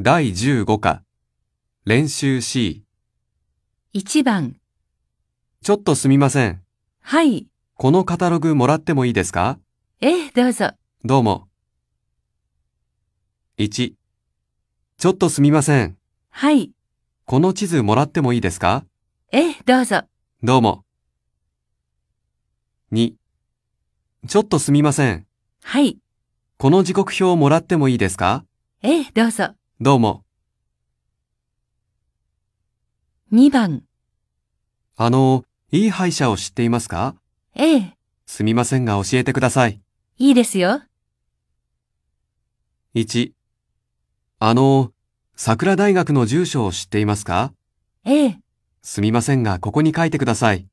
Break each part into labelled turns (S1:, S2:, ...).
S1: 第15課、練習 C。
S2: 1番、
S1: ちょっとすみません。
S2: はい、
S1: このカタログもらってもいいですか
S2: ええ、どうぞ。
S1: どうも。1、ちょっとすみません。
S2: はい、
S1: この地図もらってもいいですか
S2: ええ、どうぞ。
S1: どうも。2、ちょっとすみません。
S2: はい、
S1: この時刻表もらってもいいですか
S2: ええ、どうぞ。
S1: どうも。
S2: 2番、
S1: あの、いい歯医者を知っていますか
S2: ええ、
S1: すみませんが教えてください。
S2: いいですよ。
S1: 1あの、桜大学の住所を知っていますか
S2: ええ、
S1: すみませんが、ここに書いてください。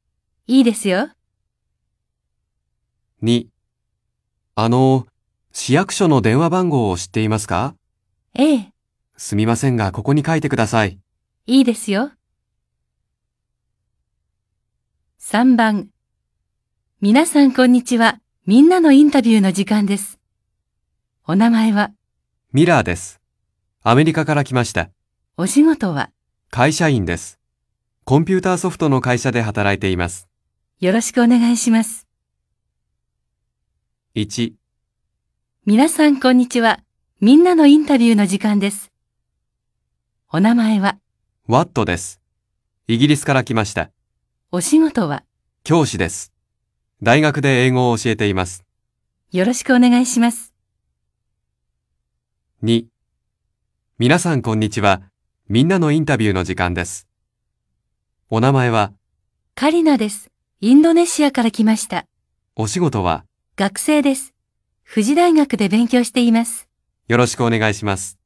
S2: いいですよ。
S1: 2あの、市役所の電話番号を知っていますか
S2: ええ、
S1: すみませんが、ここに書いてください。
S2: いいですよ。3番、皆さんこんにちは。みんなのインタビューの時間です。お名前は、
S1: ミラーです。アメリカから来ました。
S2: お仕事は、
S1: 会社員です。コンピューターソフトの会社で働いています。
S2: よろしくお願いします。
S1: 1
S2: 皆さんこんにちは。みんなのインタビューの時間です。お名前は、
S1: ワットです。イギリスから来ました。
S2: お仕事は、
S1: 教師です。大学で英語を教えています。
S2: よろしくお願いします。
S1: 2皆さんこんにちは。みんなのインタビューの時間です。お名前は、
S2: カリナです。インドネシアから来ました。
S1: お仕事は、
S2: 学生です。富士大学で勉強しています。
S1: よろしくお願いします。